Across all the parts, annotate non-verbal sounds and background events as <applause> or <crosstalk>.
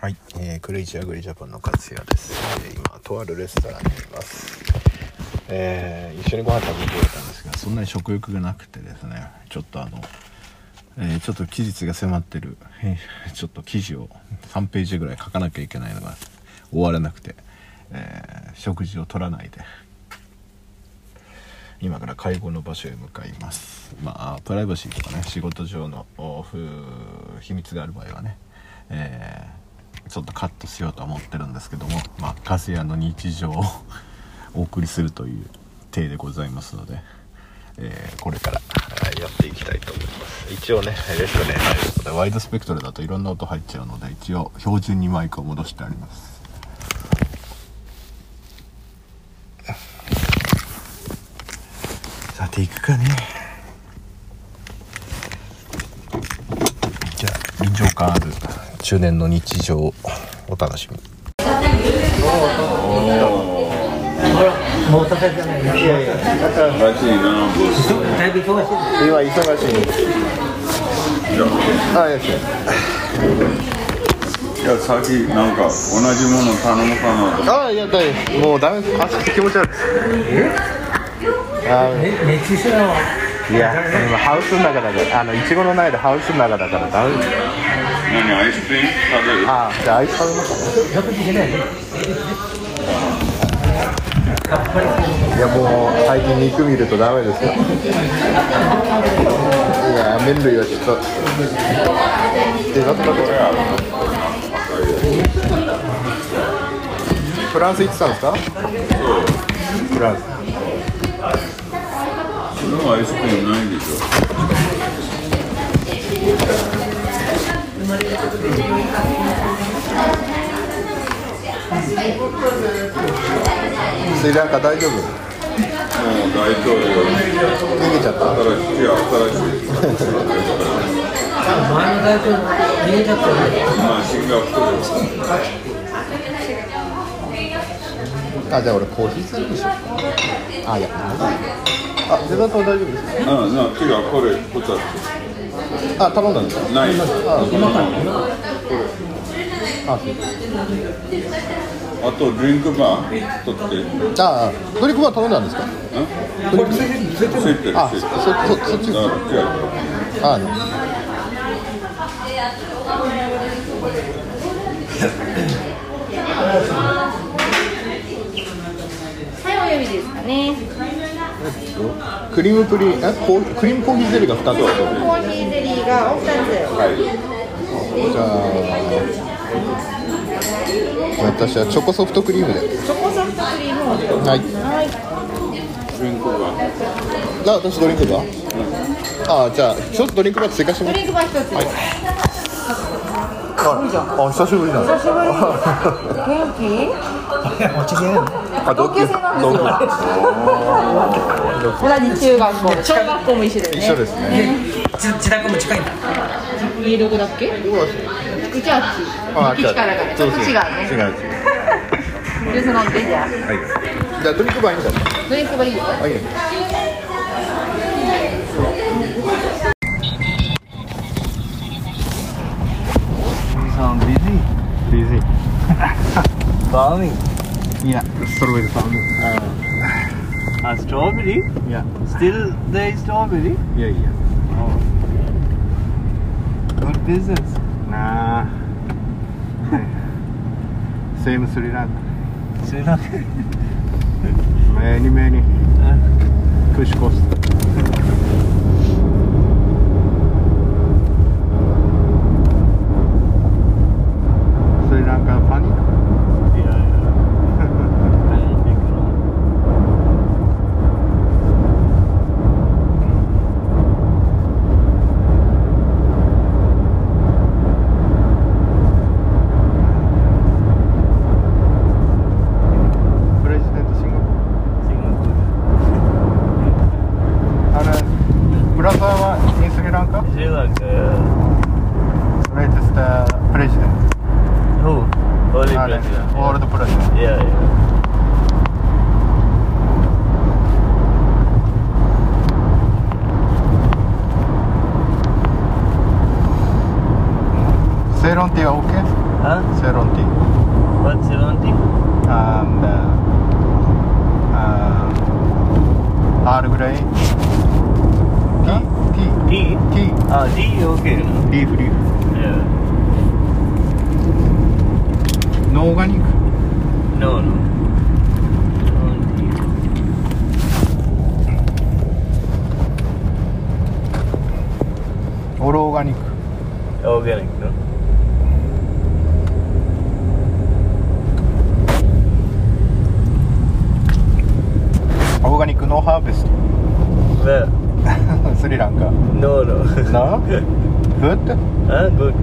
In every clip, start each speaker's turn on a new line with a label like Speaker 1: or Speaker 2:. Speaker 1: はい、えー、クレイジーアグリジャパンの勝也です、えー、今とあるレストランにいます、えー、一緒にご飯食べてたんですがそんなに食欲がなくてですねちょっとあの、えー、ちょっと期日が迫ってる、えー、ちょっと記事を3ページぐらい書かなきゃいけないのが終わらなくて、え食事を取らないで今から会合の場所へ向かいますまあプライバシーとかね仕事上の秘密がある場合はね、えーちょっとカットしようとは思ってるんですけどもまあカスヤの日常を <laughs> お送りするという体でございますので、えー、これからやっていきたいと思います一応ねレストね入るのでワイドスペクトルだといろんな音入っちゃうので一応標準にマイクを戻してありますさていくかねじゃあ臨場感ある中年の日常をお楽しみ今忙しいあよし
Speaker 2: いやさっきなんか同じもの頼むか
Speaker 1: なあいやだいもうダメ足気持ち悪い
Speaker 3: 熱中症
Speaker 1: いや今ハウスの中だからあのいちごの苗でハウスの中だからダメ
Speaker 2: 何アイスクリーム食べる
Speaker 1: あじゃあアイス食べますか、ね、いやもう最近肉見るとダメですよいや麺類はちょっとデザートだフランス行ってたんですかフランス
Speaker 2: それはアイスクリームないでしょ
Speaker 1: うん、スリランカ大丈夫も
Speaker 2: う大丈夫よ
Speaker 1: 逃げちゃった
Speaker 2: 新しいいや新しい
Speaker 3: 前の大丈夫逃げちゃったよ
Speaker 2: まあシンガポー
Speaker 1: ルあじゃあ俺コーヒーするでしょあいやあデザート大丈夫です
Speaker 2: かうんなん違うこれこっち
Speaker 1: あ、頼んだんですか。
Speaker 2: ない。あ、
Speaker 3: 今から。
Speaker 1: あ、
Speaker 2: あとドリンクバー取
Speaker 1: って。あ、ドリンクバー頼んだんですか。
Speaker 2: ん？これついてる。ついてる。
Speaker 1: あ、そそそっち。あ、違う。
Speaker 4: はい、お呼びですかね。
Speaker 1: クリームプリン、え、こクリームコーヒーゼリーが二つ。コ
Speaker 4: ーヒーゼリーが二つ。
Speaker 2: はい。
Speaker 1: じゃあ。私はチョコソフトクリームで。チ
Speaker 4: ョコソフトクリーム
Speaker 1: を。はい。
Speaker 4: はい。
Speaker 2: ドリンクバ
Speaker 1: ー。あ、私ドリンクバー。あ、じゃあ、ちょっとドリンクバー追加しても
Speaker 4: ドリンクバー一つ。はい。
Speaker 1: あ、久しぶりだ。
Speaker 4: 久しぶり。元気。
Speaker 3: 落ち着いて
Speaker 1: あ同級生なんですよ。
Speaker 4: 同じ中学校、小学校も一緒だよね。
Speaker 1: 一緒ですね。
Speaker 3: 自自宅も近いんだ。
Speaker 4: 家どこだっけ？うちはあっち。基地からから。違うね。
Speaker 1: 違う
Speaker 4: 違う。ジュース飲んでじゃあ。
Speaker 1: はい。じゃあドリンクバーいいんだ。
Speaker 4: ドリンクバーいいよ。
Speaker 1: はい。
Speaker 5: Busy. Farming.
Speaker 1: Yeah, strawberry farming.
Speaker 5: Uh, a strawberry?
Speaker 1: Yeah.
Speaker 5: Still there is strawberry?
Speaker 1: Yeah, yeah.
Speaker 5: Oh. Good business.
Speaker 1: Nah. Same Sri Lanka.
Speaker 5: Sri Lanka?
Speaker 1: many, many. Uh. Kush Coast. They don't do okay.
Speaker 5: Huh?
Speaker 1: 70
Speaker 5: What's 70?
Speaker 1: and uh, uh, Earl Grey tea
Speaker 5: D?
Speaker 1: tea tea
Speaker 5: Ah, D, okay.
Speaker 1: leaf leaf
Speaker 5: Yeah.
Speaker 1: no organic
Speaker 5: No, no. Only-
Speaker 1: all organic
Speaker 5: Organic, no?
Speaker 1: organic no harvest <laughs>
Speaker 5: Well,
Speaker 1: Sri Lanka
Speaker 5: no,
Speaker 1: no
Speaker 5: no.
Speaker 1: good
Speaker 5: <laughs> huh? Good, good.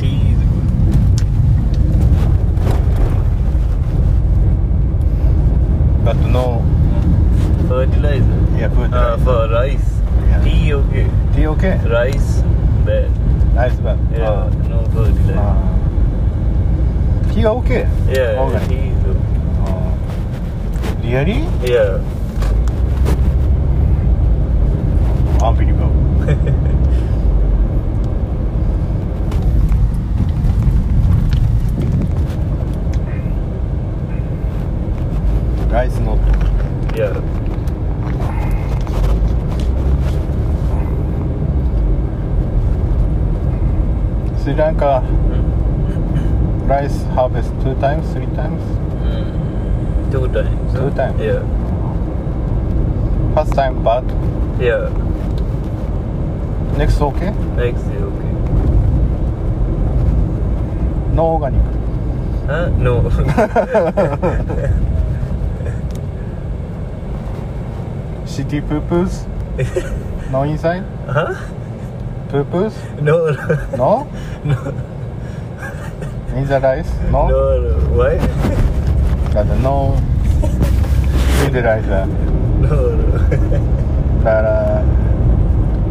Speaker 5: Tea is good.
Speaker 1: but no
Speaker 5: Fertilizer.
Speaker 1: yeah good
Speaker 5: Uh, for rice.
Speaker 1: Yeah.
Speaker 5: Tea, okay.
Speaker 1: tea okay
Speaker 5: Rice, bad.
Speaker 1: nice but
Speaker 5: Yeah,
Speaker 1: uh,
Speaker 5: no fertilizer.
Speaker 1: Ah. uh, tea okay
Speaker 5: yeah,
Speaker 1: organic.
Speaker 5: tea is okay.
Speaker 1: Uh, really
Speaker 5: Yeah.
Speaker 1: unbelievable rice not
Speaker 5: Yeah.
Speaker 1: Sri Lanka rice harvest two times, three times.
Speaker 5: Mm. Two times.
Speaker 1: Two
Speaker 5: huh?
Speaker 1: times.
Speaker 5: Yeah.
Speaker 1: First time bad,
Speaker 5: Yeah.
Speaker 1: next okay.
Speaker 5: Next year, okay.
Speaker 1: No organic.
Speaker 5: Huh? No. <laughs>
Speaker 1: City poo poos. no inside.
Speaker 5: huh?
Speaker 1: Poo poos.
Speaker 5: No. No.
Speaker 1: No. In the rice. No.
Speaker 5: No. no. Why?
Speaker 1: But no. Fertilizer.
Speaker 5: No. no. <laughs>
Speaker 1: But uh,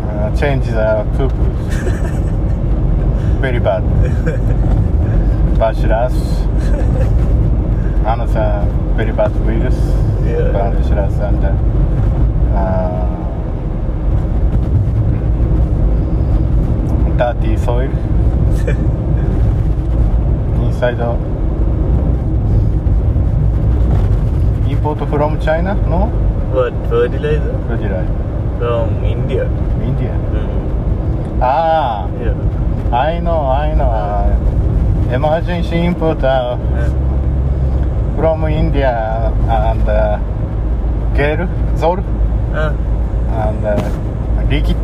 Speaker 1: uh, change the poo poos. Very bad. Bachelors. Another very bad virus.
Speaker 5: Yeah.
Speaker 1: Bachelors and uh, uh, dirty soil. Inside the import from China? No?
Speaker 5: What fertilizer
Speaker 1: Fertilizer.
Speaker 5: from India?
Speaker 1: India.
Speaker 5: Mm.
Speaker 1: Ah,
Speaker 5: Yeah.
Speaker 1: I know, I know. Uh, emergency input uh,
Speaker 5: Huh?
Speaker 1: from India and uh, gel, zol,
Speaker 5: Huh?
Speaker 1: and uh, liquid,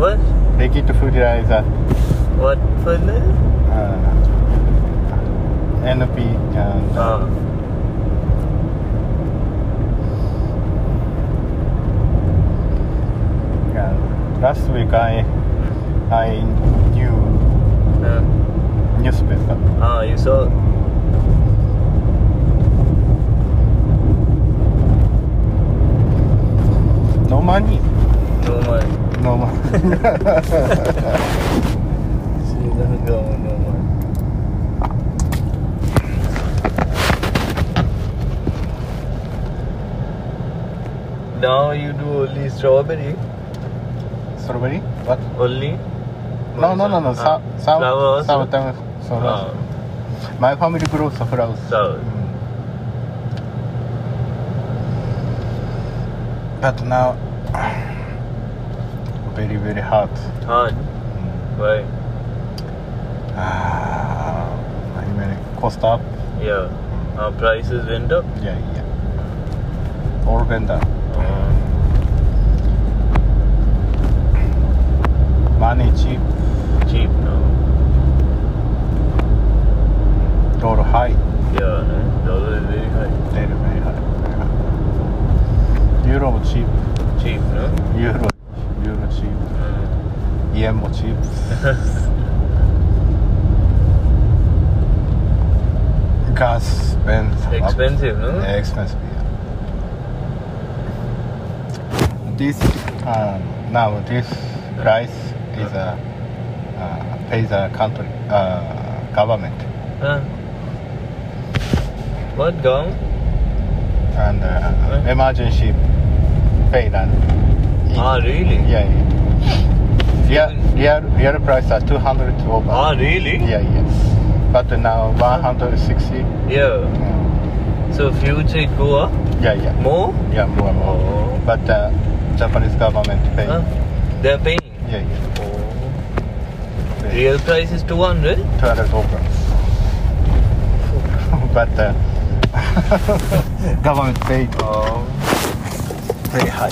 Speaker 5: What?
Speaker 1: liquid fertilizer,
Speaker 5: What fertilizer?
Speaker 1: uh, NP, and
Speaker 5: Ah.
Speaker 1: uh, last week I, I knew
Speaker 5: Huh?
Speaker 1: newspaper.
Speaker 5: Ah, you saw.
Speaker 1: No money.
Speaker 5: No man.
Speaker 1: No money.
Speaker 5: Sri Lanka, no man. Now you do only strawberry.
Speaker 1: <laughs> Strawberry? What?
Speaker 5: Only?
Speaker 1: No, no, no, no. Sa-
Speaker 5: Ah,
Speaker 1: sa-
Speaker 5: flowers?
Speaker 1: sometimes.
Speaker 5: Ah,
Speaker 1: flowers. My family grows flowers.
Speaker 5: Flowers.
Speaker 1: But now, very, very hot.
Speaker 5: hard. Why?
Speaker 1: Ah, I mean, cost up.
Speaker 5: Yeah. Our prices went up.
Speaker 1: Yeah, yeah. All vendor.
Speaker 5: Uh,
Speaker 1: Money cheap,
Speaker 5: cheap now.
Speaker 1: dollar high.
Speaker 5: Yeah, right? dollar is very high.
Speaker 1: Very, very high. Very high. Euro cheap.
Speaker 5: Cheap, no?
Speaker 1: Euro, euro cheap.
Speaker 5: Mm.
Speaker 1: yen も
Speaker 5: <laughs>
Speaker 1: チープガス
Speaker 5: Expensive, no?
Speaker 1: Yeah, expensive, yeah. This, uh, now this price is uh, uh, pay the country, uh, government
Speaker 5: Huh? What gown?
Speaker 1: and uh,
Speaker 5: Huh?
Speaker 1: emergency pay that.
Speaker 5: Ah, really?
Speaker 1: Yeah, yeah. real, real, real price are 200 over.
Speaker 5: Ah, really?
Speaker 1: Yeah, yeah. But uh, now 160.
Speaker 5: Yeah.
Speaker 1: mm,
Speaker 5: So future it go up
Speaker 1: Yeah, yeah.
Speaker 5: more?
Speaker 1: Yeah, more and more.
Speaker 5: Oh.
Speaker 1: But uh, Japanese government pay.
Speaker 5: Huh? They're paying.
Speaker 1: Yeah, yeah.
Speaker 5: Oh.
Speaker 1: Pay
Speaker 5: Real price is 200.
Speaker 1: 200 over. <laughs> but uh, <laughs> government pay
Speaker 5: Oh.
Speaker 1: very high.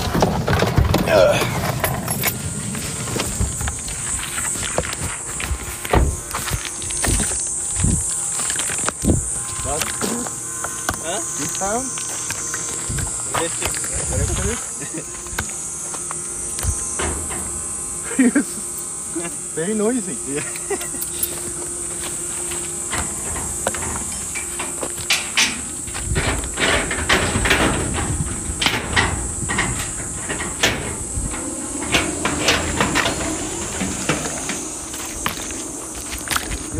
Speaker 5: Huh?
Speaker 1: This town?
Speaker 5: Electric.
Speaker 1: Very noisy. Yeah.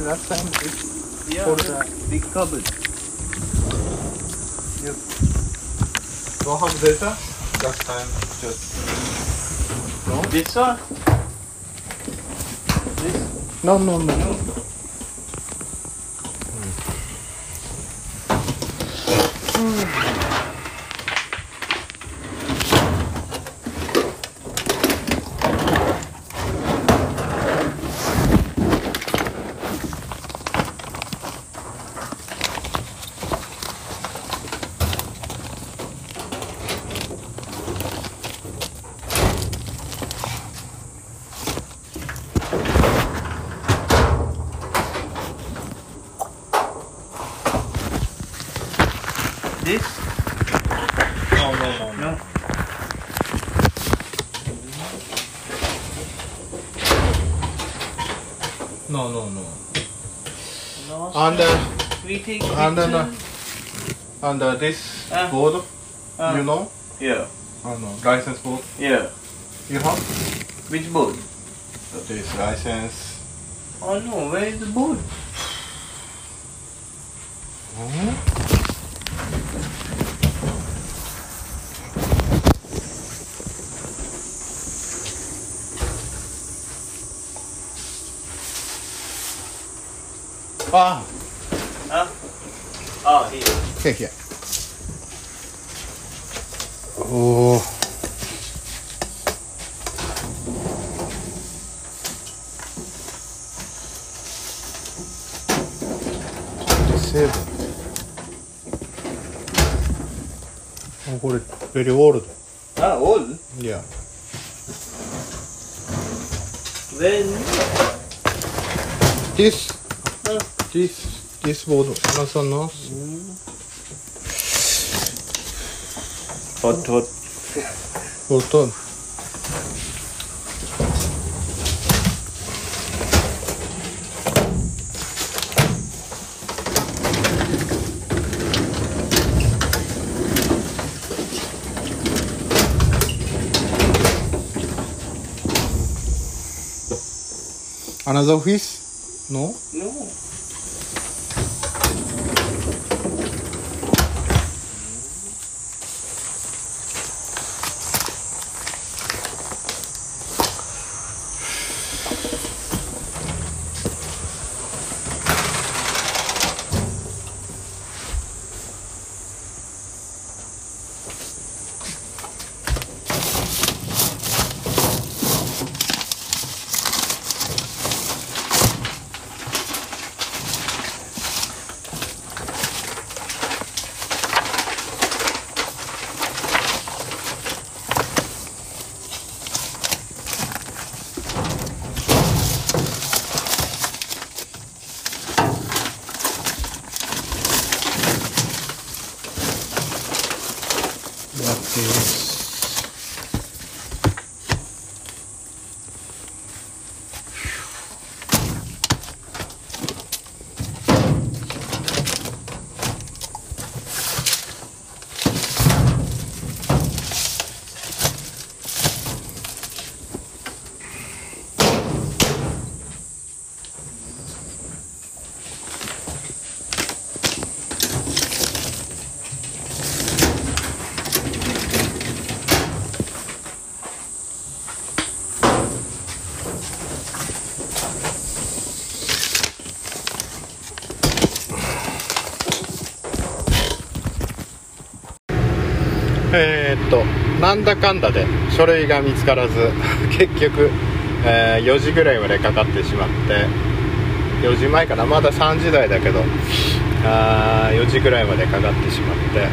Speaker 1: Last time it,
Speaker 5: Yeah.
Speaker 1: For the-
Speaker 5: big cupboard.
Speaker 1: you don't have data. Last time just
Speaker 5: This one?
Speaker 1: no no no.
Speaker 5: This? No, no, no. no.
Speaker 1: No, no, no. And uh,
Speaker 5: We take
Speaker 1: and then uh,
Speaker 5: picture.
Speaker 1: and uh, this
Speaker 5: Ah.
Speaker 1: board,
Speaker 5: Ah.
Speaker 1: you know,
Speaker 5: Yeah,
Speaker 1: oh, no, license board.
Speaker 5: yeah.
Speaker 1: You have
Speaker 5: Which board?
Speaker 1: this license.
Speaker 5: Oh no, where is the board?
Speaker 1: Ah,
Speaker 5: Huh? Oh, here.
Speaker 1: here, here. Oh. Seven. これ、ベリーオールド。
Speaker 5: Ah, old?
Speaker 1: いや。
Speaker 5: When?
Speaker 1: This,
Speaker 5: Uh.
Speaker 1: this, this board, Amazon knows.
Speaker 5: Hot, hot.
Speaker 1: Hold on. Another office? No?
Speaker 5: No.
Speaker 1: Wow. えーっとなんだかんだで書類が見つからず <laughs> 結局、えー4時ぐらいまでかかってしまって4時前からまだ3時台だけどあー4時ぐらいまでかかってしまって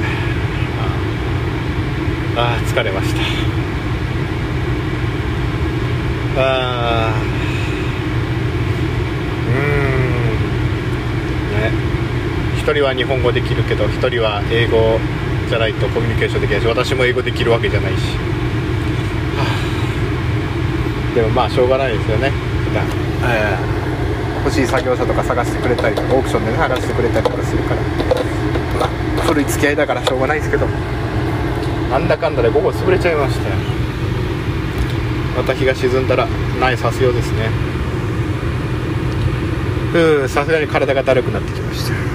Speaker 1: あーあー疲れましたあーうーんね一人は日本語できるけど一人は英語じゃないとコミュニケーションできないし私も英語できるわけじゃないし、はあでもまあしょうがないですよね普段、えー欲しい作業者とか探してくれたりとかオークションでね探してくれたりとかするから、まあ、古い付き合いだからしょうがないですけどなんだかんだで午後潰れちゃいましたよまた日が沈んだら苗さすようですねうんさすがに体がだるくなってきました